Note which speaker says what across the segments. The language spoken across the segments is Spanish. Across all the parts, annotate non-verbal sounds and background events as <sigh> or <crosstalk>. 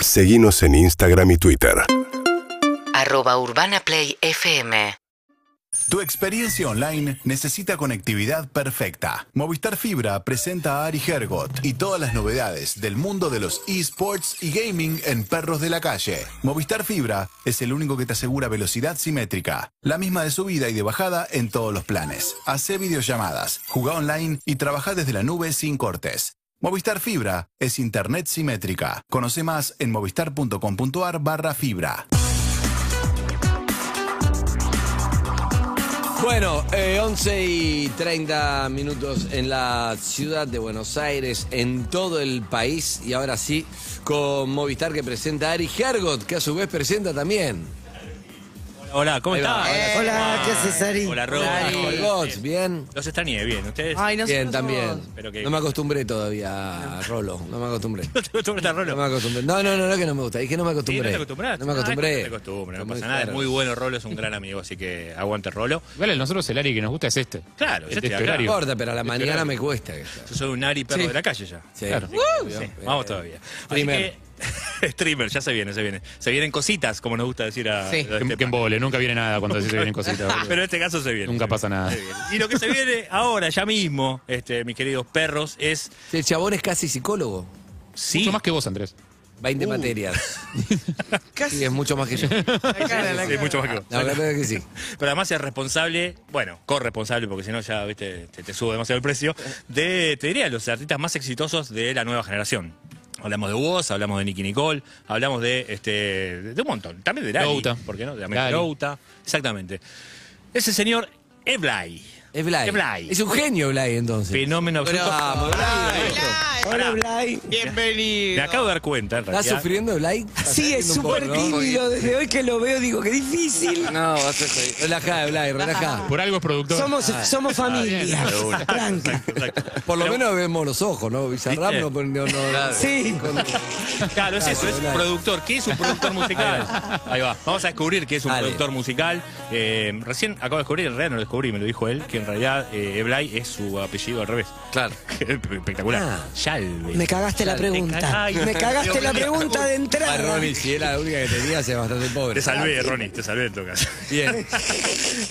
Speaker 1: Seguimos en Instagram y Twitter.
Speaker 2: arroba urbanaplayfm.
Speaker 3: Tu experiencia online necesita conectividad perfecta. Movistar Fibra presenta a Ari Hergot y todas las novedades del mundo de los esports y gaming en perros de la calle. Movistar Fibra es el único que te asegura velocidad simétrica, la misma de subida y de bajada en todos los planes. Hacé videollamadas, jugá online y trabaja desde la nube sin cortes. Movistar Fibra es internet simétrica. Conoce más en movistar.com.ar barra fibra.
Speaker 4: Bueno, eh, 11 y 30 minutos en la ciudad de Buenos Aires, en todo el país, y ahora sí, con Movistar que presenta a Ari Hergot, que a su vez presenta también.
Speaker 5: Hola, ¿cómo
Speaker 4: Ahí va.
Speaker 5: estás?
Speaker 4: Eh,
Speaker 6: hola, ¿qué haces, Ari?
Speaker 5: Hola,
Speaker 4: Hola,
Speaker 5: Roba.
Speaker 4: Ari
Speaker 5: Hola,
Speaker 4: Hergot, bien.
Speaker 5: Los extrañé, bien. ¿Ustedes?
Speaker 6: Ay, no
Speaker 4: Bien, también.
Speaker 5: Pero que-
Speaker 4: No me acostumbré todavía, Rolo, no me
Speaker 5: <laughs>
Speaker 4: acostumbré.
Speaker 5: <laughs> ¿No te acostumbras a
Speaker 4: No
Speaker 5: Rolo?
Speaker 4: me acostumbré. No, no, no, no, que no me gusta. Dije, no me
Speaker 5: Sí,
Speaker 4: acostumbré.
Speaker 5: ¿No te acostumbras?
Speaker 4: No me acostumbré.
Speaker 5: no te acostumbras, no
Speaker 4: Como
Speaker 5: pasa nada. Es
Speaker 4: dijeron.
Speaker 5: muy bueno Rolo, es un gran amigo, así que aguante Rolo.
Speaker 7: Igual el nosotros el Ari que nos gusta es este.
Speaker 5: Claro,
Speaker 7: El
Speaker 5: ya estoy
Speaker 7: de este
Speaker 5: acá.
Speaker 4: No
Speaker 7: horario.
Speaker 4: importa, pero a la mañana me cuesta. que sea.
Speaker 5: Yo soy un Ari perro
Speaker 4: Sí.
Speaker 5: de la calle ya.
Speaker 4: Sí.
Speaker 7: Claro.
Speaker 4: Uh,
Speaker 5: Sí,
Speaker 4: bien.
Speaker 5: vamos
Speaker 4: Eh,
Speaker 5: todavía. Así
Speaker 4: streamer.
Speaker 5: que- <laughs> streamer, ya se viene, se viene. Se vienen cositas, como nos gusta decir a.
Speaker 6: Sí.
Speaker 5: a este
Speaker 7: Que, que embole, nunca viene nada cuando decís que
Speaker 5: <laughs>
Speaker 7: vienen cositas. boludo.
Speaker 5: Pero en este caso se viene.
Speaker 7: Nunca pasa nada.
Speaker 5: Se viene. Y lo que se viene ahora, ya mismo, este, mis queridos perros, es.
Speaker 4: El chabón es casi psicólogo.
Speaker 5: Sí.
Speaker 7: Mucho más que vos, Andrés.
Speaker 4: 20 <laughs> materias. Sí, es mucho más que yo.
Speaker 5: Sí, mucho más que vos.
Speaker 4: La verdad es que sí.
Speaker 5: Pero además es responsable, bueno, corresponsable, porque si no ya viste, te, te sube demasiado el precio, de, te diría, los artistas más exitosos de la nueva generación. Hablamos de Woz, hablamos de Nicky Nicole, hablamos de este de un montón. También de Lali,
Speaker 7: Louta.
Speaker 5: ¿por qué no? De
Speaker 7: Lali.
Speaker 5: Louta. Exactamente. Ese señor Eblay.
Speaker 4: Es Blay.
Speaker 5: Es Blay.
Speaker 4: Es un genio Blay, entonces.
Speaker 5: Fenómeno absoluto.
Speaker 4: Vamos, Blay.
Speaker 5: Pará,
Speaker 6: Blay.
Speaker 5: Me
Speaker 6: Bienvenido.
Speaker 5: acabo de dar cuenta, en
Speaker 4: ¿Estás
Speaker 5: realidad.
Speaker 4: sufriendo Blay?
Speaker 6: Sí, es súper tímido. Desde hoy que lo veo, digo que difícil.
Speaker 4: <laughs> No, vas a Relajá, Blay, relajá.
Speaker 7: Por algo es productor.
Speaker 6: Somos, somos familia.
Speaker 5: De una.
Speaker 6: Tranca.
Speaker 5: <laughs> Exacto, exacto.
Speaker 4: Por lo
Speaker 5: Pero-
Speaker 4: menos vemos los ojos, ¿no? Bizarrap no... no, no
Speaker 6: Sí.
Speaker 5: Claro, es eso, es un productor. ¿Qué es un productor musical? <laughs> Ahí va. Vamos a descubrir qué es un
Speaker 4: Dale.
Speaker 5: productor musical. Eh, recién acabo de descubrir, en realidad no lo descubrí, me lo dijo él, que en realidad eh, Eblay es su apellido al revés. <laughs>
Speaker 4: Claro.
Speaker 5: Espectacular.
Speaker 4: Ah.
Speaker 5: Yalbe.
Speaker 6: Me cagaste la pregunta.
Speaker 5: Ay,
Speaker 6: Me cagaste
Speaker 5: Dios
Speaker 6: la
Speaker 5: mío.
Speaker 6: pregunta de entrada.
Speaker 4: Ronnie, si era la única que tenía, se bastante
Speaker 5: Te
Speaker 4: pobre.
Speaker 5: salvé, Ronnie, te salvé en todo caso. <laughs>
Speaker 4: Bien.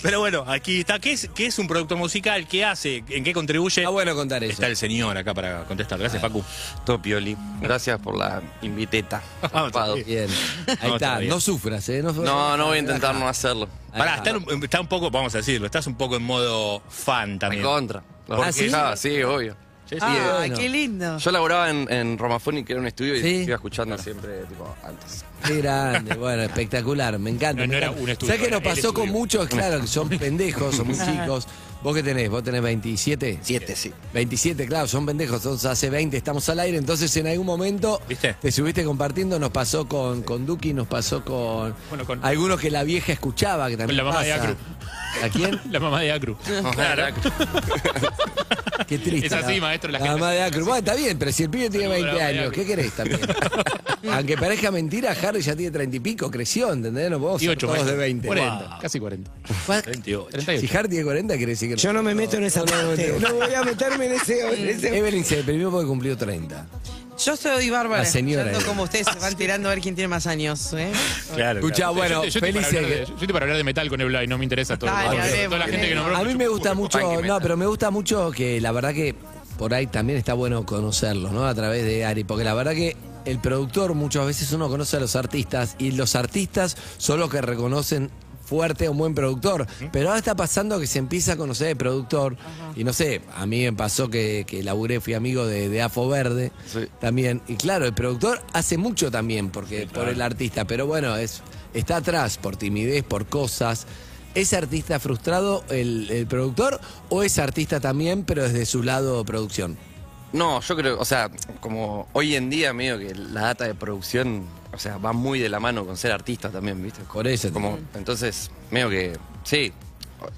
Speaker 5: Pero bueno, aquí está. ¿Qué es, qué es un productor musical? ¿Qué hace? ¿En qué contribuye?
Speaker 4: Está Ah, bueno contar eso.
Speaker 5: Está el señor acá para contestar. Gracias, Facu.
Speaker 8: Topioli, gracias por la
Speaker 5: <laughs>
Speaker 8: inviteta.
Speaker 5: Vamos,
Speaker 8: Copado.
Speaker 5: Ah, sí.
Speaker 4: Bien. Ahí
Speaker 5: No,
Speaker 4: está.
Speaker 5: está bien.
Speaker 4: No sufras, ¿eh? No, sufras.
Speaker 8: No, no voy a intentar no hacerlo.
Speaker 5: Pará,
Speaker 4: Ahí
Speaker 5: está, un- está un poco, vamos a decirlo, estás un poco en modo fan
Speaker 8: Me
Speaker 5: también.
Speaker 8: contra. Lo
Speaker 4: ¿Ah, sí?
Speaker 8: escuchaba, sí, obvio.
Speaker 5: Sí, sí.
Speaker 4: Ah,
Speaker 6: Ay,
Speaker 4: bueno.
Speaker 6: qué lindo.
Speaker 8: Yo laboraba en, en Romafoni, que era un estudio, y
Speaker 4: Sí.
Speaker 8: iba escuchando siempre, tipo, antes.
Speaker 4: Qué grande, bueno, espectacular, me encanta.
Speaker 7: No,
Speaker 4: me
Speaker 7: no era
Speaker 4: encanta.
Speaker 7: un estudio,
Speaker 4: ¿Sabés qué
Speaker 7: era
Speaker 4: nos
Speaker 7: el
Speaker 4: pasó con
Speaker 7: estudio.
Speaker 4: muchos? Claro, que son pendejos, son
Speaker 8: <laughs>
Speaker 4: muy chicos. ¿Vos qué tenés? ¿Vos tenés 27?
Speaker 8: Siete, sí.
Speaker 4: 27, claro, son pendejos, son- hace 20 estamos al aire, entonces en algún momento
Speaker 5: ¿Viste?
Speaker 4: te subiste compartiendo, nos pasó con, con Duki, nos pasó con,
Speaker 7: Bueno, con-
Speaker 4: algunos que la vieja escuchaba, que también
Speaker 7: la mamá de
Speaker 4: pasa.
Speaker 7: Acru.
Speaker 4: ¿A quién?
Speaker 7: La mamá de Acru.
Speaker 4: Qué triste.
Speaker 7: Es así,
Speaker 4: la-
Speaker 7: maestro, la
Speaker 4: La
Speaker 7: gente-
Speaker 4: mamá de Acru. Bueno, está bien, pero si el pibe tiene
Speaker 7: Saludo a la
Speaker 4: 20
Speaker 7: mamá de
Speaker 4: años,
Speaker 7: Acru.
Speaker 4: ¿qué querés
Speaker 7: <laughs>
Speaker 4: también? Aunque parezca mentira, Harry ya tiene 30 y pico, creció, ¿entendés? No podemos
Speaker 7: Y
Speaker 4: ser
Speaker 7: ocho,
Speaker 4: todos
Speaker 7: maestro.
Speaker 4: de 20.
Speaker 7: 40, casi 40.
Speaker 5: 38.
Speaker 7: 38.
Speaker 4: Si Harry tiene 40, quiere decir que no.
Speaker 6: Yo no me meto en esa parte. <laughs> No voy a meterme en ese. en ese-
Speaker 4: Evelyn se deprimió porque cumplió 30.
Speaker 9: Yo soy Bárbara.
Speaker 4: La señora
Speaker 9: Yo ando
Speaker 4: era.
Speaker 9: como ustedes se van tirando a ver quién tiene más años. ¿eh?
Speaker 5: Claro,
Speaker 4: Escuchá,
Speaker 5: claro.
Speaker 4: bueno,
Speaker 7: yo, yo estoy
Speaker 4: feliz.
Speaker 7: para hablar de, yo estoy para hablar de metal con Eblay, no me interesa todo.
Speaker 9: Dale,
Speaker 7: Porque
Speaker 9: hablemos,
Speaker 7: toda la gente que
Speaker 9: hablemos.
Speaker 7: nombró.
Speaker 4: A mí me gusta mucho, no, pero me gusta mucho que la verdad que por ahí también está bueno conocerlos, ¿no? A través de Ari, porque la verdad que el productor muchas veces uno conoce a los artistas y los artistas son los que reconocen fuerte a un buen productor, pero ahora está pasando que se empieza a conocer el productor y no sé, a mí me pasó que, que laburé, fui amigo de, de Afo Verde
Speaker 8: Sí.
Speaker 4: también y claro, el productor hace mucho también porque por el artista, pero bueno, es está atrás por timidez, por cosas. ¿Es artista frustrado el, el productor o es artista también, pero desde su lado producción?
Speaker 8: No, yo creo, o sea, como hoy en día, medio que la data de producción, o sea, va muy de la mano con ser artista también, ¿viste?
Speaker 4: Por eso.
Speaker 8: Como, entonces, medio que, sí,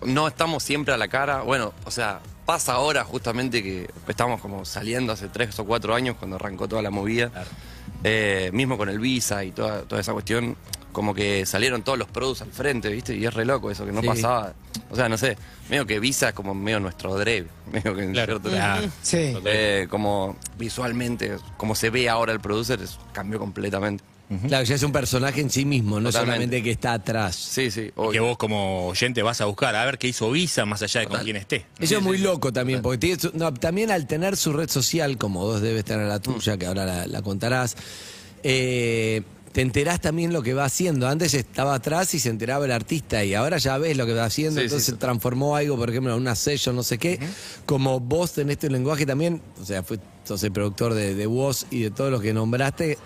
Speaker 8: no estamos siempre a la cara. Bueno, o sea, pasa ahora justamente que estamos como saliendo hace tres o cuatro años cuando arrancó toda la movida. Eh, mismo con el Visa y toda, toda esa cuestión. como que salieron todos los produce al frente, ¿viste? Y es re loco eso, que no
Speaker 4: Sí.
Speaker 8: pasaba. O sea, no sé, medio que Visa es como medio nuestro Dreve, medio que en
Speaker 7: Claro.
Speaker 8: cierto-
Speaker 4: Ah,
Speaker 7: Claro.
Speaker 6: Sí.
Speaker 8: Eh, como visualmente, como se ve ahora el producer, es- cambió completamente.
Speaker 4: Claro, ya es un personaje en sí mismo, no
Speaker 8: Totalmente.
Speaker 4: solamente que está atrás.
Speaker 8: Sí, sí.
Speaker 5: Y que
Speaker 8: obvio.
Speaker 5: vos como oyente vas a buscar a ver qué hizo Visa más allá de con quién esté.
Speaker 4: Eso es muy loco también, porque tiene su- no, también al tener su red social, como vos debes tener la tuya, que ahora la, la contarás, eh, te enterás también lo que va haciendo. Antes estaba atrás y se enteraba el artista, y ahora ya ves lo que va haciendo,
Speaker 8: Sí, sí,
Speaker 4: entonces se
Speaker 8: sí.
Speaker 4: transformó algo, por ejemplo, en una sello, no sé qué. Como vos tenés tu lenguaje también, o sea, fui, sos el productor de, de vos y de todos los que nombraste,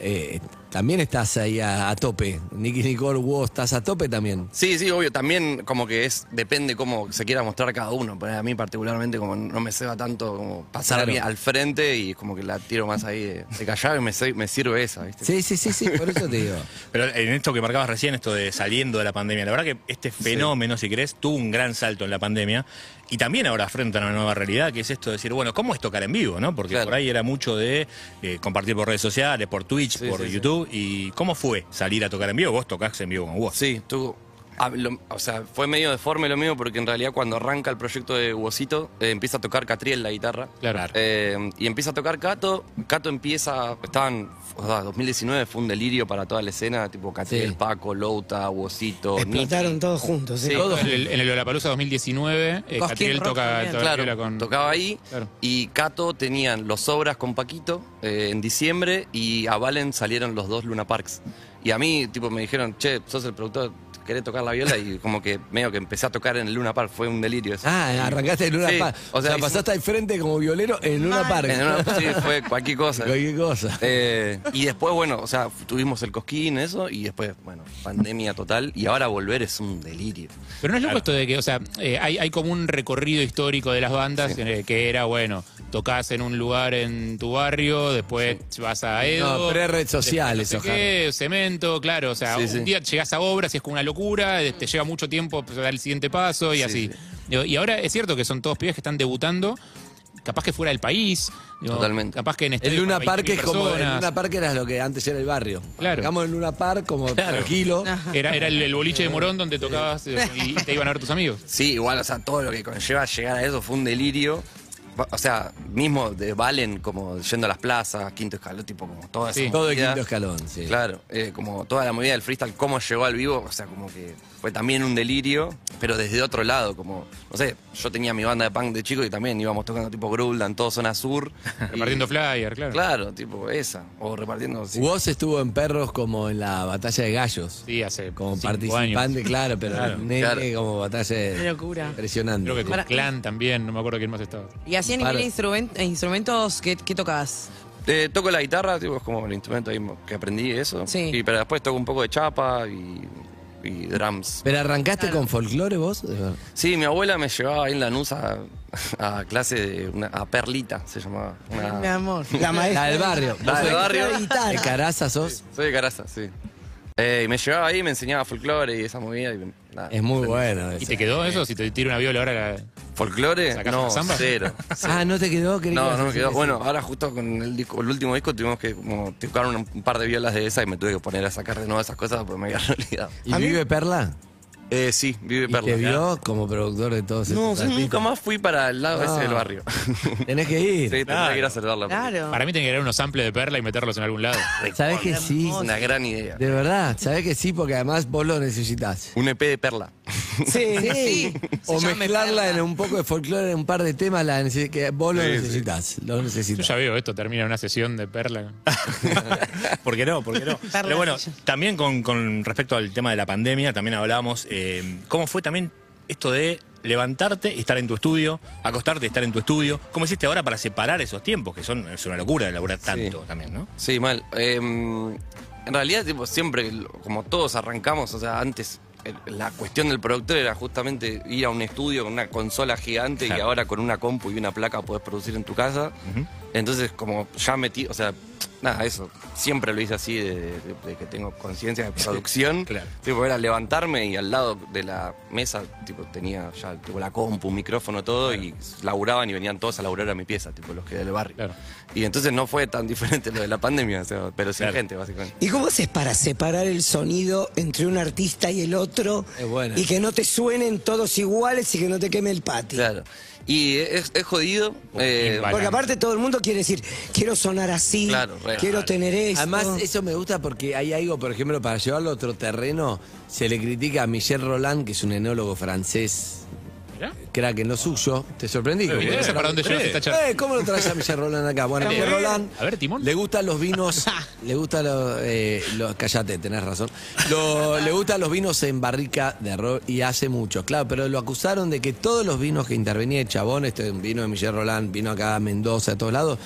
Speaker 4: eh, también estás ahí a, a tope. Nicky Nicole, vos estás a tope también.
Speaker 8: Sí, sí, obvio. También como que es, depende cómo se quiera mostrar cada uno. Pero a mí particularmente como no me ceba tanto como pasar
Speaker 4: Claro.
Speaker 8: bien al frente y como que la tiro más ahí de, de callado y me, se- me sirve esa, ¿viste?
Speaker 4: Sí, sí, sí, sí, por eso te digo.
Speaker 5: Pero en esto que marcabas recién, esto de saliendo de la pandemia, la verdad que este fenómeno, si querés, tuvo un gran salto en la pandemia y también ahora afronta una nueva realidad, que es esto de decir, bueno, ¿cómo es tocar en vivo? no Porque
Speaker 8: Claro.
Speaker 5: por ahí era mucho de eh, compartir por redes sociales, por Twitch, por YouTube, y ¿cómo fue salir a tocar en vivo? Vos tocás en vivo con vos.
Speaker 8: Sí, tú. ah, lo- o sea, fue medio deforme lo mío porque en realidad cuando arranca el proyecto de Huesito empieza a tocar Catriel la guitarra.
Speaker 7: Claro.
Speaker 8: Eh, y empieza a tocar Cato. Cato empieza. Estaban. O sea, 2019 fue un delirio para toda la escena. Tipo Catriel,
Speaker 4: Sí.
Speaker 8: Paco, Louta, Huesito.
Speaker 6: Explotaron todos juntos. ¿eh?
Speaker 8: Sí.
Speaker 7: En el, en el Lollapalooza 2019, eh,
Speaker 9: Cosquín
Speaker 7: Catriel
Speaker 9: Rock
Speaker 7: toca,
Speaker 9: también.
Speaker 7: toca la viola
Speaker 8: Claro,
Speaker 7: con...
Speaker 8: tocaba ahí.
Speaker 7: Claro.
Speaker 8: Y Cato tenían los obras con Paquito eh, en diciembre. Y a Valen salieron los dos Luna Parks. Y a mí, tipo, me dijeron, che, sos el productor, querés tocar la viola. Y como que medio que empecé a tocar en el Luna Park. Fue un delirio eso.
Speaker 4: Ah, arrancaste en una
Speaker 8: Sí,
Speaker 4: Park. O
Speaker 8: o sea,
Speaker 4: sea, pasaste al frente como violero en una Park.
Speaker 8: En el Luna Park, sí, fue
Speaker 6: <laughs>
Speaker 8: cualquier
Speaker 4: <laughs>
Speaker 8: cosa.
Speaker 4: Cualquier cosa.
Speaker 8: Eh, y después, bueno, o sea, tuvimos el cosquín, eso, y después, bueno, pandemia total, y ahora volver es un delirio.
Speaker 7: Pero no es loco esto de que, o sea, eh, hay, hay como un recorrido histórico de las bandas en el que era, bueno, tocas en un lugar en tu barrio, después vas a Edo.
Speaker 4: No, pre-red social
Speaker 7: después no
Speaker 4: eso,
Speaker 7: sé qué, Cemento, claro, o sea,
Speaker 8: Sí,
Speaker 7: un
Speaker 8: sí.
Speaker 7: día llegás a obras y es como una locura, eh, te lleva mucho tiempo pues, dar el siguiente paso y
Speaker 8: Sí,
Speaker 7: así.
Speaker 8: sí.
Speaker 7: Digo, Y ahora es cierto que son todos pibes que están debutando, capaz que fuera del país. digo,
Speaker 8: Totalmente.
Speaker 7: Capaz que en
Speaker 4: El
Speaker 7: estadios
Speaker 4: Luna
Speaker 7: para
Speaker 4: Park
Speaker 7: 20.000
Speaker 4: es como. El
Speaker 7: personas.
Speaker 4: Luna Park era lo que antes era el barrio.
Speaker 7: Claro.
Speaker 4: Digamos el Luna Park como tranquilo.
Speaker 7: Era, era el, el boliche de Morón donde tocabas eh, y te iban a ver
Speaker 4: <laughs>
Speaker 7: tus amigos.
Speaker 8: Sí, igual, o sea, todo lo que conlleva llegar a eso fue un delirio. Va- O sea, mismo de Valen, como yendo a las plazas, quinto escalón, tipo, como toda esa
Speaker 7: Sí.
Speaker 4: Todo el
Speaker 8: movida.
Speaker 4: quinto escalón, sí.
Speaker 8: Claro, eh, como toda la movida del freestyle, cómo llegó al vivo, o sea, como que fue también un delirio, pero desde otro lado, como, no sé, yo tenía mi banda de punk de chico y también íbamos tocando tipo Gruldan, todo zona sur.
Speaker 7: Repartiendo flyer, claro.
Speaker 8: Claro, tipo esa, o repartiendo... sí.
Speaker 4: Vos estuvo en Perros como en la batalla de gallos.
Speaker 7: Sí, hace
Speaker 4: Como
Speaker 7: cinco
Speaker 4: participante,
Speaker 7: años.
Speaker 4: claro, pero
Speaker 7: Claro,
Speaker 4: nene
Speaker 8: claro.
Speaker 4: como batalla de-
Speaker 9: Qué locura.
Speaker 4: impresionante.
Speaker 7: Creo que con Clan también, no me acuerdo quién más estaba.
Speaker 9: ¿Y así a
Speaker 4: Para.
Speaker 9: nivel de instrument- eh, instrumentos qué, qué tocabas?
Speaker 8: Eh, toco la guitarra, tipo, es como el instrumento ahí que aprendí eso.
Speaker 9: Sí.
Speaker 8: Y, pero después toco un poco de chapa y, y drums.
Speaker 4: Pero arrancaste con folclore vos?
Speaker 8: Sí, mi abuela me llevaba ahí en la nusa a, <laughs> clase de una, a perlita, se llamaba. Una-
Speaker 9: Mi amor.
Speaker 6: La maestra.
Speaker 4: La del barrio.
Speaker 8: La
Speaker 4: ¿Vos
Speaker 8: del
Speaker 4: sos-
Speaker 8: barrio.
Speaker 4: ¿De Caraza sos?
Speaker 8: Soy de Caraza, sí. Eh, y me llevaba ahí, me enseñaba folclore y esa movida. Y, nada.
Speaker 4: Es muy bueno.
Speaker 7: ¿Y
Speaker 4: eso.
Speaker 7: te quedó eso? Si te tiro una viola ahora, la-
Speaker 8: ¿Folclore?
Speaker 7: ¿Sacás
Speaker 8: No,
Speaker 7: una samba?
Speaker 8: cero.
Speaker 4: Ah, ¿no te quedó? Creí que ibas
Speaker 8: No,
Speaker 4: a
Speaker 8: no me
Speaker 4: decir
Speaker 8: quedó.
Speaker 4: eso.
Speaker 8: Bueno, ahora justo con el, disco, el último disco tuvimos que como, tocar un, un par de violas de esa y me tuve que poner a sacar de nuevo esas cosas porque me había <laughs> realidad.
Speaker 4: ¿Y vive Perla?
Speaker 8: Eh, sí, vive
Speaker 4: ¿Y
Speaker 8: Perla.
Speaker 4: te vio como productor de todos
Speaker 8: No,
Speaker 4: estos
Speaker 8: yo nunca
Speaker 4: artistas?
Speaker 8: más fui para el lado
Speaker 4: No.
Speaker 8: ese del barrio. <laughs>
Speaker 4: Tenés que
Speaker 8: sí,
Speaker 4: ir.
Speaker 8: tendría que ir a saludarla. porque
Speaker 9: Claro.
Speaker 7: para mí tenía que haber unos samples de perla y meterlos en algún lado.
Speaker 4: ¿Sabés que sí?
Speaker 8: Es una gran idea.
Speaker 4: De verdad, ¿sabés que sí? Porque además vos lo necesitas.
Speaker 8: Un EP de Perla.
Speaker 4: Sí,
Speaker 9: Sí. Se
Speaker 4: O
Speaker 9: llama
Speaker 4: mezclarla
Speaker 9: Perla.
Speaker 4: en un poco de folclore, en un par de temas, la necesi- que vos lo necesitas. Lo
Speaker 7: Yo
Speaker 4: necesitas.
Speaker 7: ya veo esto, termina en una sesión de perla.
Speaker 5: <laughs> ¿Por qué no? ¿Por qué no? Pero bueno, también con, con respecto al tema de la pandemia, también hablábamos eh, cómo fue también esto de levantarte y estar en tu estudio, acostarte y estar en tu estudio. ¿Cómo hiciste ahora para separar esos tiempos? Que son es una locura elaborar tanto también, ¿no?
Speaker 8: Sí, mal. Eh, en realidad, tipo, siempre, lo- como todos arrancamos, o sea, antes el- la cuestión del productor era justamente ir a un estudio con una consola gigante y
Speaker 5: Claro.
Speaker 8: ahora con una compu y una placa podés producir en tu casa. Entonces, como ya metí, o sea, nada, eso. Siempre lo hice así, de, de- de que tengo conciencia de producción.
Speaker 5: claro.
Speaker 8: Tipo, era levantarme y al lado de la mesa, tipo, tenía ya tipo, la compu, micrófono, todo, y laburaban y venían todos a laburar a mi pieza, tipo, los que del barrio.
Speaker 7: Claro.
Speaker 8: Y entonces no fue tan diferente lo de la pandemia, o sea, pero sin gente, básicamente.
Speaker 6: ¿Y cómo haces para separar el sonido entre un artista y el otro?
Speaker 4: Es buena.
Speaker 6: Y que no te suenen todos iguales y que no te queme el patio.
Speaker 8: Claro. Y es, es jodido. eh,
Speaker 7: Impacto.
Speaker 6: Porque aparte todo el mundo quiere decir, quiero sonar así,
Speaker 8: Claro, re,
Speaker 6: quiero
Speaker 8: claro.
Speaker 6: tener esto.
Speaker 4: Además, eso me gusta porque hay algo, por ejemplo, para llevarlo a otro terreno, se le critica a Michel Roland, que es un enólogo francés,
Speaker 7: Mirá.
Speaker 4: crack en lo suyo. ¿Te sorprendí?
Speaker 7: Qué bien,
Speaker 4: Porque-
Speaker 7: ¿para dónde llegó esta charla?
Speaker 4: Eh, ¿Cómo lo traes a Michel Roland acá? Bueno,
Speaker 7: Bien.
Speaker 4: Michel Roland.
Speaker 7: A ver, Timón.
Speaker 4: Le gustan los
Speaker 7: <laughs>
Speaker 4: vinos. le gustan los. eh, los- callate, tenés razón. Lo- le gustan los vinos en barrica de arroz y hace mucho. Claro, pero lo acusaron de que todos los vinos que intervenía el chabón, este vino de Michel Roland, vino acá a Mendoza, a todos lados.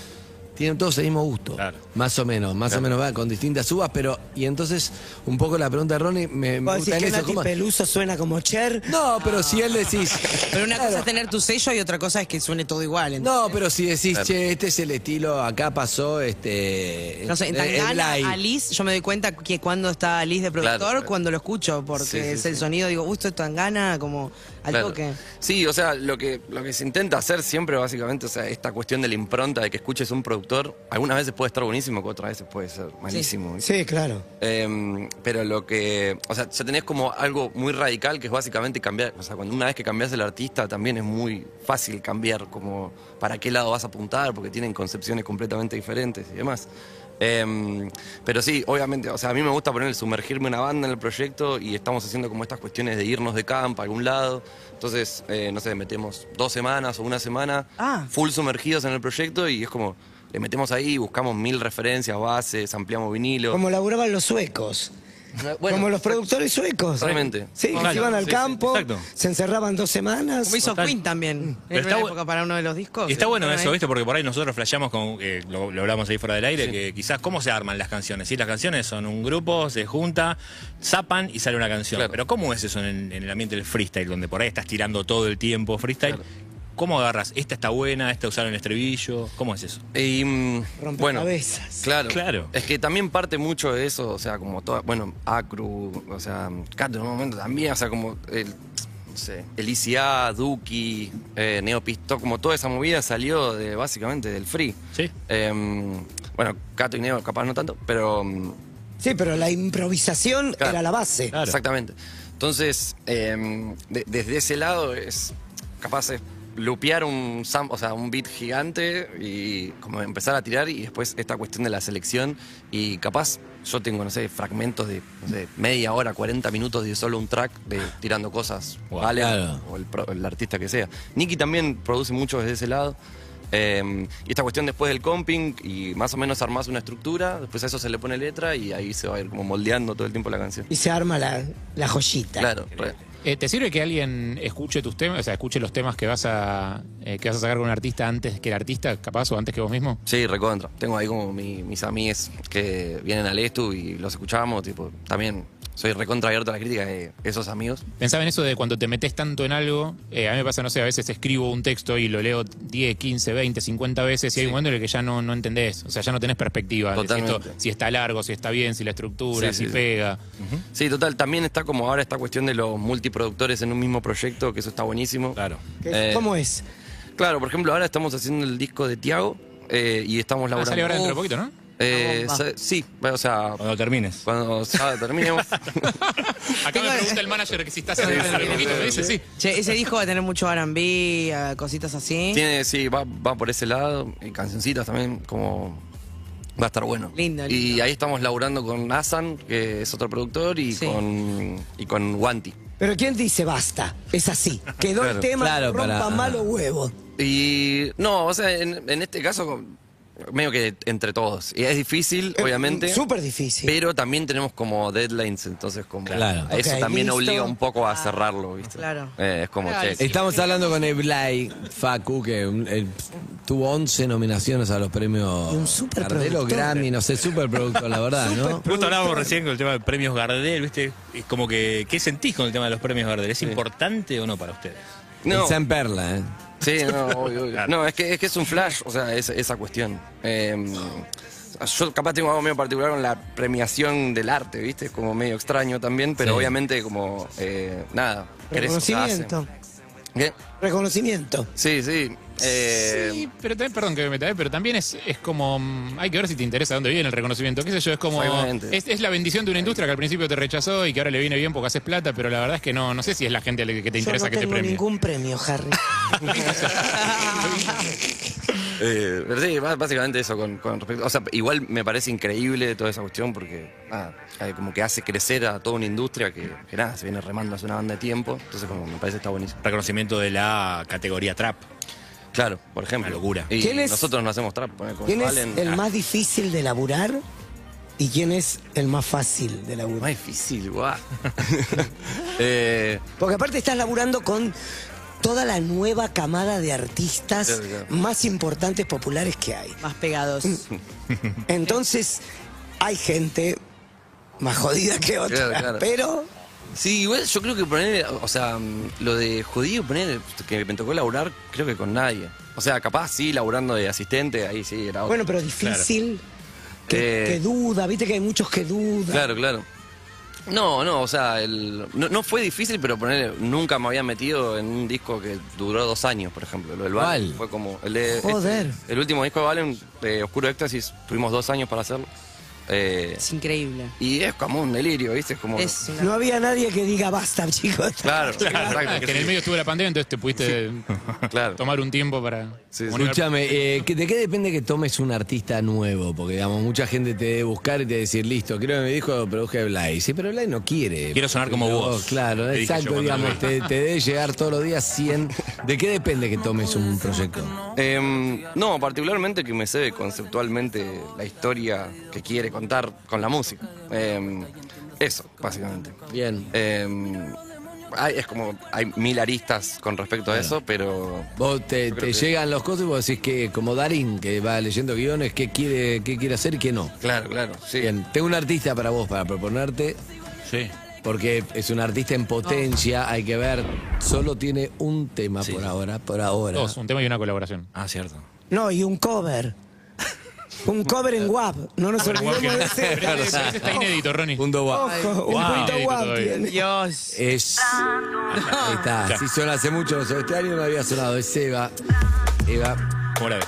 Speaker 4: Tienen todos el mismo gusto,
Speaker 5: Claro.
Speaker 4: más o menos, más o menos va con distintas uvas, pero y entonces un poco la pregunta de Ronnie me, me
Speaker 6: Vos
Speaker 4: gusta
Speaker 6: decís
Speaker 4: en
Speaker 6: que
Speaker 4: eso.
Speaker 6: Nati
Speaker 4: ¿cómo?
Speaker 6: Peluso suena como Cher.
Speaker 4: No, pero si él decís,
Speaker 9: Pero una cosa
Speaker 4: Claro.
Speaker 9: es tener tu sello y otra cosa es que suene todo igual.
Speaker 4: No,
Speaker 9: entonces.
Speaker 4: pero si decís, che, este es el estilo, acá pasó, este.
Speaker 9: No sé, en
Speaker 4: eh, el
Speaker 9: Tangana,
Speaker 4: live.
Speaker 9: Alice, yo me doy cuenta que cuando está Alice de productor,
Speaker 8: Claro.
Speaker 9: cuando lo escucho, porque
Speaker 8: Sí, sí,
Speaker 9: es el
Speaker 8: sí.
Speaker 9: sonido, digo, gusto esto es Tangana, como al
Speaker 8: Claro.
Speaker 9: toque.
Speaker 8: Sí, o sea, lo que, lo que se intenta hacer siempre, básicamente, o sea, esta cuestión de la impronta de que escuches un productor, algunas veces puede estar buenísimo, que otras veces puede ser malísimo. ¿viste?
Speaker 6: Sí, claro.
Speaker 8: Em, pero lo que. O sea, ya tenés como algo muy radical que es básicamente cambiar. O sea, cuando una vez que cambias el artista también es muy fácil cambiar como para qué lado vas a apuntar, porque tienen concepciones completamente diferentes y demás. Em, pero sí, obviamente, o sea, a mí me gusta poner el sumergirme una banda en el proyecto y estamos haciendo como estas cuestiones de irnos de campo a algún lado. Entonces, eh, no sé, metemos dos semanas o una semana
Speaker 9: Ah.
Speaker 8: full sumergidos en el proyecto y es como. Le metemos ahí, buscamos mil referencias, bases, ampliamos vinilo.
Speaker 6: Como laburaban los suecos.
Speaker 8: Bueno,
Speaker 6: como los productores suecos.
Speaker 8: Totalmente.
Speaker 6: Sí, que
Speaker 5: Claro,
Speaker 6: se iban al
Speaker 5: sí, sí,
Speaker 6: campo,
Speaker 5: exacto.
Speaker 6: se encerraban dos semanas.
Speaker 9: Como hizo
Speaker 5: Total.
Speaker 9: Queen también,
Speaker 5: Pero
Speaker 9: en
Speaker 5: está
Speaker 9: una
Speaker 5: bu-
Speaker 9: época para uno de los
Speaker 5: <laughs>
Speaker 9: discos.
Speaker 5: Y está bueno
Speaker 9: Una
Speaker 5: eso,
Speaker 9: vez.
Speaker 5: ¿viste? Porque por ahí nosotros flasheamos con. eh, lo, lo hablamos ahí fuera del aire, que quizás cómo se arman las canciones. ¿sí? Las canciones son un grupo, se junta, zapan y sale una canción.
Speaker 8: Claro.
Speaker 5: Pero ¿cómo es eso en, en el ambiente del freestyle, donde por ahí estás tirando todo el tiempo freestyle? ¿Cómo agarras? ¿Esta está buena? ¿Esta usaron el estribillo? ¿Cómo es eso?
Speaker 8: Y, mm, bueno,
Speaker 6: Rompecabezas.
Speaker 8: Claro.
Speaker 5: Claro.
Speaker 8: Es que también parte mucho de eso, o sea, como toda, bueno, Acru, o sea, Cato en un momento también, o sea, como el, no sé, el ICA, Duki, eh, Neopisto, como toda esa movida salió de, básicamente del free.
Speaker 5: Sí.
Speaker 8: Em, bueno, Cato y Neo capaz no tanto, pero... mm,
Speaker 6: Sí, pero la improvisación
Speaker 8: Claro.
Speaker 6: era la base.
Speaker 5: Claro.
Speaker 8: Exactamente. Entonces, eh, de- desde ese lado es capaz de lupear un, sam- o sea, un beat gigante y como empezar a tirar y después esta cuestión de la selección y capaz yo tengo, no sé, fragmentos de no sé, media hora, 40 minutos de solo un track de tirando cosas,
Speaker 5: Guau,
Speaker 8: ¿vale?
Speaker 4: claro.
Speaker 8: o el, pro- el artista que sea. Nicky también produce mucho desde ese lado. Eh, y esta cuestión después del comping y más o menos armás una estructura, después a eso se le pone letra y ahí se va a ir como moldeando todo el tiempo la canción.
Speaker 6: Y se arma la, la joyita.
Speaker 8: Claro, re.
Speaker 7: Eh, ¿Te sirve que alguien escuche tus temas, o sea, escuche los temas que vas a eh, que vas a sacar con un artista antes que el artista, capaz, o antes que vos mismo?
Speaker 8: sí, recontra. Tengo ahí como mi- mis amigues que vienen al estu y los escuchamos, tipo, también soy recontra abierto a la crítica de esos amigos.
Speaker 7: Pensaba en eso de cuando te metes tanto en algo, eh, a mí me pasa, no sé, a veces escribo un texto y lo leo 10, 15, 20, 50 veces y hay un momento en el que ya no, no entendés, o sea, ya no tenés perspectiva de si, esto-
Speaker 8: Totalmente.
Speaker 7: si está largo, si está bien, si la estructura,
Speaker 8: Sí,
Speaker 7: si
Speaker 8: sí, sí.
Speaker 7: pega.
Speaker 8: Sí, total, también está como ahora esta cuestión de los multiproductores en un mismo proyecto, que eso está buenísimo.
Speaker 5: Claro.
Speaker 6: ¿Qué es?
Speaker 8: Eh,
Speaker 6: ¿Cómo es?
Speaker 8: Claro, por ejemplo, ahora estamos haciendo el disco de Tiago eh, y estamos
Speaker 7: Ah,
Speaker 8: laburando.
Speaker 7: sale ahora dentro de
Speaker 8: Uf.
Speaker 7: poquito, ¿no?
Speaker 8: Eh,
Speaker 9: Una bomba.
Speaker 8: sa- sí, bueno, o sea,
Speaker 5: Cuando termines.
Speaker 8: cuando ya
Speaker 7: <laughs>
Speaker 8: terminemos.
Speaker 7: Acá me pregunta el manager que si estás saliendo dentro de poquito, me dice sí.
Speaker 9: Che, ese disco va a tener mucho R&B, eh, cositas así.
Speaker 8: Tiene, sí, va, va por ese lado. Y cancioncitas también, como. Va a estar bueno.
Speaker 9: Lindo,
Speaker 8: Y
Speaker 9: lindo.
Speaker 8: ahí estamos laburando con Asan, que es otro productor, y
Speaker 9: Sí.
Speaker 8: con. y con Wanti.
Speaker 6: Pero ¿quién dice basta? Es así. Quedó el
Speaker 8: Claro.
Speaker 6: tema,
Speaker 4: Claro,
Speaker 6: rompa
Speaker 4: para-
Speaker 6: malo huevo.
Speaker 8: Y. No, o sea, en, en este caso, medio que entre todos. Y es difícil, obviamente.
Speaker 6: Súper difícil.
Speaker 8: Pero también tenemos como deadlines, entonces como
Speaker 4: Claro.
Speaker 8: a eso
Speaker 6: Ok,
Speaker 8: también
Speaker 6: listo.
Speaker 8: obliga un poco a cerrarlo, ¿viste?
Speaker 9: Ah, claro.
Speaker 8: Eh, es como,
Speaker 9: Claro,
Speaker 8: che,
Speaker 9: sí.
Speaker 4: Estamos hablando con Eblay Facu, que un- el- tuvo 11 nominaciones a los premios
Speaker 6: Y un superproductor.
Speaker 4: Gardel o Grammy, no sé, superproductor, la verdad, ¿no?
Speaker 5: Justo hablábamos recién con el tema de premios Gardel, ¿viste? Es como que, ¿qué sentís con el tema de los premios Gardel? ¿Es importante o no para ustedes?
Speaker 8: no,
Speaker 4: Está en Perla, ¿eh?
Speaker 8: Sí, no, obvio, obvio. No, es que, es que es un flash, o sea, es- esa cuestión. Eh, Yo capaz tengo algo medio particular con la premiación del arte, ¿viste? Es como medio extraño también, pero
Speaker 4: Sí.
Speaker 8: obviamente como, eh, nada. querés-
Speaker 6: Reconocimiento.
Speaker 8: ¿Qué?
Speaker 6: Reconocimiento.
Speaker 8: Sí, sí. eh,
Speaker 7: Sí, pero también, perdón que me meta, eh, pero también es, es como. mm, Hay que ver si te interesa dónde viene el reconocimiento. ¿Qué sé yo? Es como.
Speaker 8: Exactamente.
Speaker 7: Es, es la bendición de una industria que al principio te rechazó y que ahora le viene bien porque haces plata, pero la verdad es que no, no sé si es la gente a la que te
Speaker 6: Yo
Speaker 7: interesa
Speaker 6: no
Speaker 7: que te
Speaker 6: tengo
Speaker 7: premie.
Speaker 6: ningún premio,
Speaker 8: <laughs>
Speaker 6: Harry.
Speaker 8: Eh, pero sí, bá- básicamente eso con, con respecto. O sea, igual me parece increíble toda esa cuestión porque nada, eh, como que hace crecer a toda una industria que, que nada, se viene remando hace una banda de tiempo. Entonces, como me parece que está buenísimo.
Speaker 5: Reconocimiento de la categoría trap.
Speaker 8: Claro, por ejemplo.
Speaker 5: Una locura.
Speaker 8: Y
Speaker 6: ¿Quién es-
Speaker 8: nosotros no hacemos trap. poner con
Speaker 6: ¿Quién es
Speaker 8: Valen-
Speaker 6: el
Speaker 8: Ah,
Speaker 6: más difícil de laburar y quién es el más fácil de
Speaker 8: Más
Speaker 6: laburar?
Speaker 8: difícil, guau. <laughs> eh,
Speaker 6: Porque aparte estás laburando con toda la nueva camada de artistas
Speaker 8: Claro, claro.
Speaker 6: más importantes populares que hay. Mm.
Speaker 9: Más pegados.
Speaker 8: <laughs>
Speaker 6: Entonces, hay gente más jodida que otra,
Speaker 8: Claro, claro.
Speaker 6: pero
Speaker 8: Sí, igual yo creo que poner, o sea, mm, lo de judío, poner, que me tocó laburar, creo que con nadie. O sea, capaz sí, laburando de asistente, ahí sí, era otro.
Speaker 6: bueno, pero difícil. Que,
Speaker 8: Eh.
Speaker 6: que duda, viste que hay muchos que dudan.
Speaker 8: Claro, claro. No, no, o sea, el- no, no fue difícil, pero poner, nunca me había metido en un disco que duró dos años, por ejemplo. Lo del Valen
Speaker 4: ¿Cuál?
Speaker 8: fue como. El, de- este,
Speaker 6: Joder.
Speaker 8: el último disco de Valen, eh, Oscuro Éxtasis, tuvimos dos años para hacerlo. Eh,
Speaker 9: Es increíble.
Speaker 8: y es como un delirio, ¿viste? Es como.
Speaker 9: Es una-
Speaker 6: No había nadie que diga basta, chicos.
Speaker 4: <laughs>
Speaker 8: Claro,
Speaker 7: Claro,
Speaker 8: exacto,
Speaker 7: que en el medio estuvo la pandemia, entonces te pudiste <laughs>
Speaker 8: Claro.
Speaker 7: tomar un tiempo para.
Speaker 8: Sí, sí.
Speaker 7: comunicar.
Speaker 4: Escúchame, eh, ¿que- ¿de qué depende que tomes un artista nuevo? Porque, digamos, mucha gente te debe buscar y te debe decir, listo, creo que mi disco produje Blay. Sí, pero Blay no quiere.
Speaker 5: Quiero sonar como
Speaker 4: No,
Speaker 5: vos.
Speaker 4: Claro,
Speaker 5: Te dije yo
Speaker 4: exacto,
Speaker 5: cuando
Speaker 4: digamos,
Speaker 5: lo vi.
Speaker 4: te, te debe llegar todos los días 100. ¿De qué depende que tomes un proyecto?
Speaker 8: Em, no, particularmente que me cebe conceptualmente la historia que quiere contar con la música. Em, eso, básicamente.
Speaker 4: Bien.
Speaker 8: Eh, hay- es como, hay mil aristas con respecto a eso, pero...
Speaker 4: Vos te,
Speaker 8: Yo creo
Speaker 4: te
Speaker 8: que-
Speaker 4: llegan los cosas y vos decís que, como Darín, que va leyendo guiones, qué quiere, qué quiere hacer y qué no.
Speaker 8: Claro, claro, sí.
Speaker 4: Bien, tengo un artista para vos, para proponerte,
Speaker 5: Sí.
Speaker 4: porque es un artista en potencia, hay que ver. Solo tiene un tema por ahora, por ahora.
Speaker 7: Dos, un tema y una colaboración.
Speaker 5: Ah, cierto.
Speaker 6: No, y un cover. Un cover en WAP. No nos olvidemos de ese.
Speaker 8: <laughs>
Speaker 7: Pero ese- ese está inédito, Ronnie.
Speaker 4: Mundo
Speaker 9: Oh,
Speaker 4: Guap.
Speaker 6: Ojo, un
Speaker 7: Wow.
Speaker 6: punto
Speaker 7: Inédito
Speaker 6: WAP
Speaker 7: todavía.
Speaker 6: tiene.
Speaker 9: Dios.
Speaker 4: Es. Ahí está. Sí, suena hace mucho. no sé, Este año no había sonado. Es Eva. Eva.
Speaker 5: ¿Cómo la ves?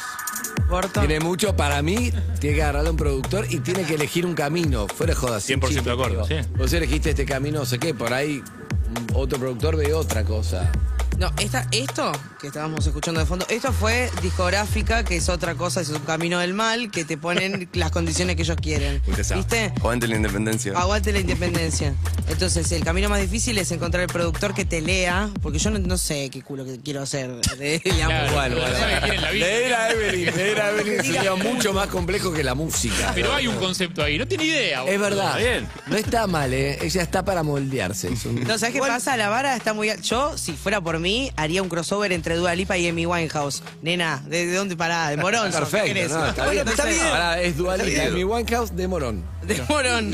Speaker 9: Corto.
Speaker 4: Tiene mucho. Para mí, tiene que agarrar a un productor y tiene que elegir un camino. Fuera de joda. sin
Speaker 5: 100%
Speaker 4: chiste,
Speaker 5: de acuerdo,
Speaker 4: digo.
Speaker 5: sí.
Speaker 4: Vos elegiste este camino, no sé qué. Por ahí, mm, otro productor ve otra cosa.
Speaker 9: No, esta, esto que estábamos escuchando de fondo, esto fue discográfica, que es otra cosa, es un camino del mal, que te ponen las condiciones que ellos quieren.
Speaker 5: Usted sabe.
Speaker 9: ¿Viste?
Speaker 8: Aguante la independencia.
Speaker 6: Ah,
Speaker 9: Aguante la independencia. Entonces, el camino más difícil es encontrar el productor que te lea, porque yo no, no sé qué culo que quiero hacer. <laughs> de- digamos.
Speaker 4: Bueno,
Speaker 7: Claro, no
Speaker 4: bueno.
Speaker 7: sabe quién es la vida.
Speaker 4: Leer a Evelyn. Leer a Evelyn sería mucho más complejo que la música.
Speaker 7: Pero hay un concepto ahí, no tiene idea.
Speaker 4: Es
Speaker 7: boludo.
Speaker 4: verdad.
Speaker 5: bien.
Speaker 4: No está mal, ¿eh? Ella está para moldearse. Es un-
Speaker 9: No, ¿sabes qué pasa? La vara está muy alta. Yo, si fuera por mí, haría un crossover entre Dua Lipa y Amy Winehouse. Nena, ¿de, de dónde pará? De Morón. ¿qué querés?
Speaker 4: Perfecto. No, está bien.
Speaker 9: Bueno,
Speaker 4: Está bien. Pará, es dualidad. Mi Winehouse de Morón.
Speaker 9: De Morón.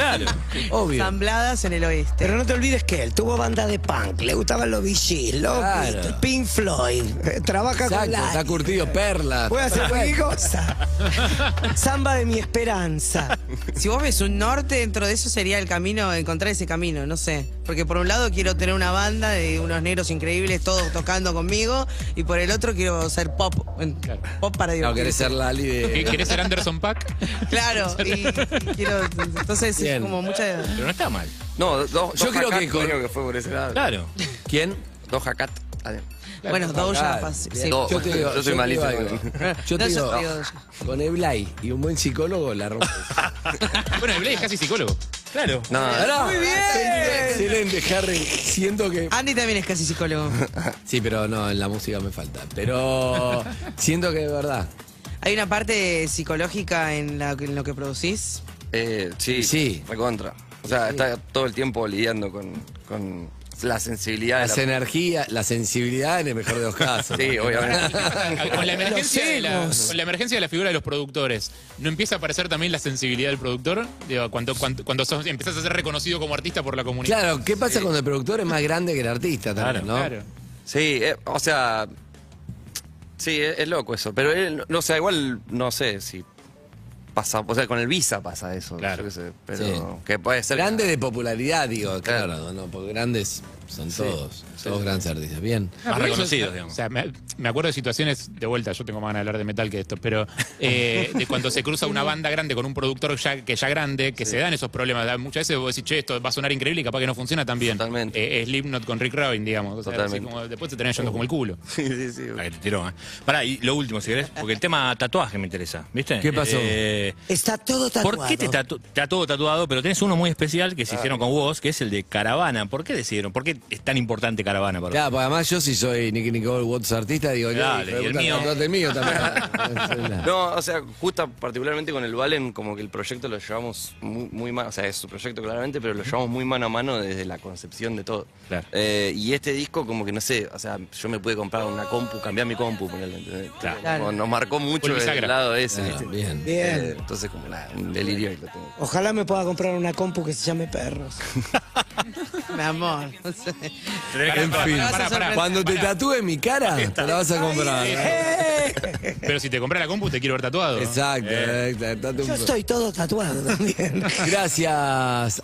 Speaker 4: Obvio.
Speaker 9: Zambladas en el oeste.
Speaker 6: Pero no te olvides que él tuvo banda de punk, le gustaban los VGs, los
Speaker 4: Claro.
Speaker 6: Beatles, Pink Floyd, eh, trabaja con
Speaker 4: Exacto,
Speaker 6: la...
Speaker 4: está curtido perla.
Speaker 6: Puede hacer cualquier cosa. Samba de mi esperanza.
Speaker 9: Si vos ves un norte, dentro de eso sería el camino, encontrar ese camino, no sé. Porque por un lado quiero tener una banda de unos negros increíbles, todos tocando conmigo, y por el otro quiero ser pop. en- Pop para
Speaker 4: No, querés
Speaker 9: divertirse.
Speaker 4: ser Lali
Speaker 7: ¿Qué-
Speaker 4: de.
Speaker 7: ¿Querés ser Anderson Pack?
Speaker 6: <laughs>
Speaker 9: Claro, y, y quiero. Entonces
Speaker 4: Bien.
Speaker 9: es como mucha.
Speaker 5: Pero no está mal.
Speaker 8: No, do- do-
Speaker 4: Yo
Speaker 8: Doja
Speaker 4: creo
Speaker 8: Cat,
Speaker 4: que con-
Speaker 8: creo que fue por ese lado.
Speaker 5: Claro.
Speaker 4: ¿Quién?
Speaker 8: Doja Cat. Adem-
Speaker 9: Bueno, Doja,
Speaker 4: Claro.
Speaker 9: fácil,
Speaker 8: Bien.
Speaker 9: sí.
Speaker 8: Do-
Speaker 4: Yo te digo.
Speaker 8: Yo soy
Speaker 4: te digo
Speaker 8: malísimo.
Speaker 4: algo. Yo te
Speaker 9: No, yo
Speaker 4: digo.
Speaker 9: te digo-
Speaker 4: Con Eblay y un buen psicólogo la
Speaker 8: <laughs>
Speaker 4: rompes.
Speaker 8: Ah.
Speaker 7: Bueno, Blade es casi psicólogo.
Speaker 5: Claro.
Speaker 8: No,
Speaker 4: ¡Muy bien! Excelente, Harry. Siento que.
Speaker 9: Andy también es
Speaker 6: <laughs>
Speaker 9: casi psicólogo.
Speaker 4: Sí, pero no, en la música me falta. Pero siento que de verdad.
Speaker 9: ¿Hay una parte psicológica en, la- en lo que producís?
Speaker 8: eh, sí,
Speaker 4: Sí.
Speaker 8: recontra. O sea, está todo el tiempo lidiando con, con la sensibilidad de
Speaker 4: Las
Speaker 8: la-
Speaker 4: energías, la sensibilidad en el mejor de los casos.
Speaker 8: <laughs> Sí, obviamente. <laughs>
Speaker 7: Con la, emergencia de la, con la emergencia de la figura de los productores, ¿no empieza a aparecer también la sensibilidad del productor? Digo, cuando cuando, cuando sos- empezás a ser reconocido como artista por la comunidad.
Speaker 4: Claro, ¿qué pasa cuando el productor es más grande que el artista también, no?
Speaker 7: claro.
Speaker 8: Sí, eh, o sea. Sí, es, es loco eso. Pero, él, no, o sea, igual no sé si pasa, o sea, con el Visa pasa eso.
Speaker 5: Claro.
Speaker 8: yo qué sé, pero
Speaker 4: Sí.
Speaker 8: que puede ser. que-
Speaker 4: Grande de popularidad, digo, claro,
Speaker 8: Claro.
Speaker 4: no, porque grandes son todos, todos
Speaker 8: sí.
Speaker 4: grandes artistas. Bien.
Speaker 5: Más
Speaker 7: pero Ah, eso es-
Speaker 5: reconocidos, digamos.
Speaker 7: O sea, me, me acuerdo de situaciones, de vuelta, yo tengo más ganas de hablar de metal que de esto, pero eh, de cuando se cruza una banda grande con un productor ya, que ya grande, que se dan esos problemas. Da- Muchas veces vos decís, che, esto va a sonar increíble y capaz que no funciona tan bien.
Speaker 8: Totalmente.
Speaker 7: Eh, Slipknot con Rick Rubin, digamos. O sea, así
Speaker 8: Totalmente.
Speaker 7: como después te tenés yendo como el culo.
Speaker 8: <laughs> Sí, sí, sí.
Speaker 5: La que te tiró, ¿eh? Pará, y lo último, si querés, porque el tema tatuaje me interesa, ¿viste?
Speaker 4: ¿Qué pasó?
Speaker 5: Eh,
Speaker 6: Está todo tatuado.
Speaker 5: ¿Por qué te tatu está todo tatuado? Pero tenés uno muy especial que se hicieron con vos, que es el de Caravana. ¿Por qué decidieron? ¿Por qué es tan importante Caravana para
Speaker 4: Claro, porque pues además yo si soy Nicky Nicole Watts artista, digo, yo
Speaker 5: Dale, y el mío.
Speaker 4: el mío
Speaker 5: Ah.
Speaker 4: también.
Speaker 8: No, o sea, justo particularmente con el Valen, como que el proyecto lo llevamos muy, muy mano, o sea, es su proyecto claramente, pero lo llevamos muy mano a mano desde la concepción de todo.
Speaker 5: Claro.
Speaker 8: Eh, y este disco, como que no sé, o sea, yo me pude comprar una compu, cambiar mi compu, ponerle, ¿entendés?
Speaker 5: Claro. Ah,
Speaker 8: Como nos marcó mucho
Speaker 7: Full
Speaker 8: el
Speaker 7: bisagra.
Speaker 8: lado ese.
Speaker 4: Claro,
Speaker 8: ¿viste?
Speaker 4: bien.
Speaker 6: Bien.
Speaker 8: Eh, entonces, como la, un delirio y lo tengo.
Speaker 6: Ojalá me pueda comprar una compu que se llame Perros.
Speaker 9: <laughs> Mi amor. no sé.
Speaker 5: Tenés que-
Speaker 4: En
Speaker 7: Pará,
Speaker 4: fin,
Speaker 7: pará, pará, pará.
Speaker 4: cuando te tatúe mi cara, te la vas a comprar.
Speaker 7: Pero si te compras la compu, te quiero ver tatuado.
Speaker 4: Exacto, exacto. date un-
Speaker 6: Yo estoy todo tatuado también.
Speaker 4: <laughs> Gracias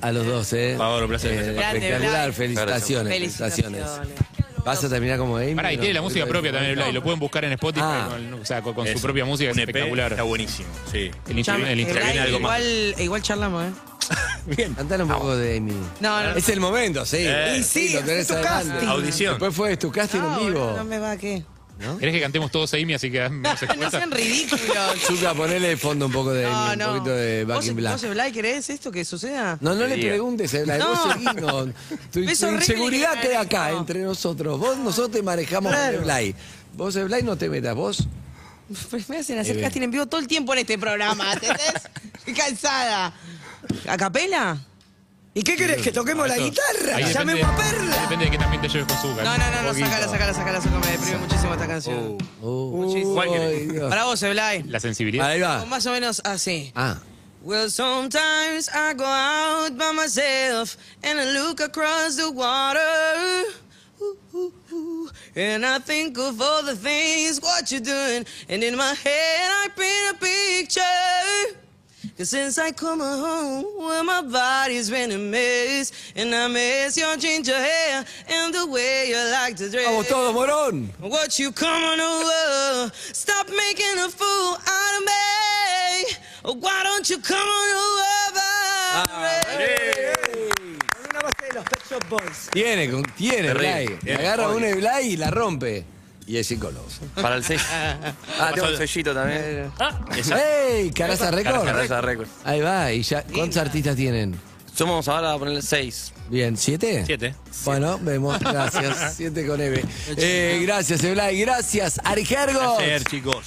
Speaker 4: a los dos, eh.
Speaker 5: Por favor, un placer.
Speaker 4: Eh,
Speaker 9: Grande,
Speaker 4: espectacular,
Speaker 9: Vlad.
Speaker 4: felicitaciones, felicitaciones. Vas a terminar como Amy.
Speaker 7: Pará, y tiene la música propia también, Vlad, y lo pueden buscar en Spotify
Speaker 4: Ah.
Speaker 7: con, o sea, con- con
Speaker 5: Es
Speaker 7: su propia música, es
Speaker 5: un E EP, Está
Speaker 7: espectacular.
Speaker 5: buenísimo, sí.
Speaker 7: El instrumento, el instrumento.
Speaker 5: viene algo más.
Speaker 9: Igual, igual charlamos, ¿eh?
Speaker 4: Cantar un poco de Amy.
Speaker 9: No, no, no.
Speaker 4: Es el momento, sí.
Speaker 5: Eh,
Speaker 4: Y sí, lo tenés adelante.
Speaker 5: Audición.
Speaker 4: Después fue tu casting
Speaker 9: No,
Speaker 4: en vivo.
Speaker 9: boludo, no me va a qué.
Speaker 7: ¿Querés que cantemos todos Amy? Así que <laughs> no se
Speaker 9: No
Speaker 7: cuesta.
Speaker 9: sean
Speaker 4: <laughs>
Speaker 9: ridículos.
Speaker 4: Zucca, ponele de fondo un poco de
Speaker 9: No,
Speaker 4: Amy,
Speaker 9: no.
Speaker 4: un poquito de Back
Speaker 9: ¿Vos,
Speaker 4: in Black.
Speaker 9: ¿Vos, Eblay, querés esto que suceda?
Speaker 4: No, no le preguntes, eh, la de vos
Speaker 9: No.
Speaker 4: seguí, no. Tu,
Speaker 9: Es
Speaker 4: tu
Speaker 9: horrible
Speaker 4: inseguridad
Speaker 9: que-
Speaker 4: queda acá,
Speaker 9: no.
Speaker 4: entre nosotros. Vos, nosotros te manejamos con el Blay. Vos, el Blay, no te metas. Vos,
Speaker 9: <laughs> Me hacen
Speaker 4: Eh,
Speaker 9: hacer
Speaker 4: bien.
Speaker 9: casting en vivo todo el tiempo en este
Speaker 4: <laughs>
Speaker 9: programa, ¿entendés? Estoy cansada. ¿A capela?
Speaker 6: ¿Y qué querés? ¿Que toquemos la guitarra?
Speaker 7: Ahí depende-
Speaker 6: ¡Llamemos a Perla!
Speaker 7: ahí Depende de que también te lleves con su
Speaker 9: No, no, no, no, sacala, sacala, sacala, sacala. Me deprime muchísimo esta canción. Muchísimo.
Speaker 5: ¿Cuál querés?
Speaker 4: Ay, Oh, Dios.
Speaker 9: Para vos, Eblay.
Speaker 7: La sensibilidad.
Speaker 4: Ahí
Speaker 9: O
Speaker 4: va.
Speaker 9: Más o menos así.
Speaker 4: Ah.
Speaker 9: Well, sometimes I go out by myself and I look across the water. Ooh, ooh, ooh. And I think of all the things what you're doing, and in my head I paint a picture. Cause since I come home, well, my body's been a mess, and I miss your ginger hair and the way you like to dress.
Speaker 4: Vamos todos, morón.
Speaker 9: What you coming over? Stop making a fool out of me. Oh, Why don't you come on over?
Speaker 6: Con una base de los Pet Shop Boys.
Speaker 4: Tiene, con- tiene,
Speaker 8: Terrible.
Speaker 4: Blay.
Speaker 8: Bien,
Speaker 4: Agarra
Speaker 8: obvio.
Speaker 4: una de Blay y la rompe. Y es psicólogo.
Speaker 8: Para
Speaker 5: <laughs>
Speaker 8: el sello. Ah, tengo un sellito también.
Speaker 4: ¡Ey! Caraza Record.
Speaker 8: Carrera Records.
Speaker 4: Ahí va. ¿Y ya cuántos artistas tienen?
Speaker 8: Somos ahora a ponerle seis.
Speaker 4: Bien, ¿siete?
Speaker 5: Siete.
Speaker 4: Bueno, vemos. Gracias. Siete con Eve. Eh, gracias, Eblay. Gracias, Arjergo.
Speaker 5: Placer, chicos.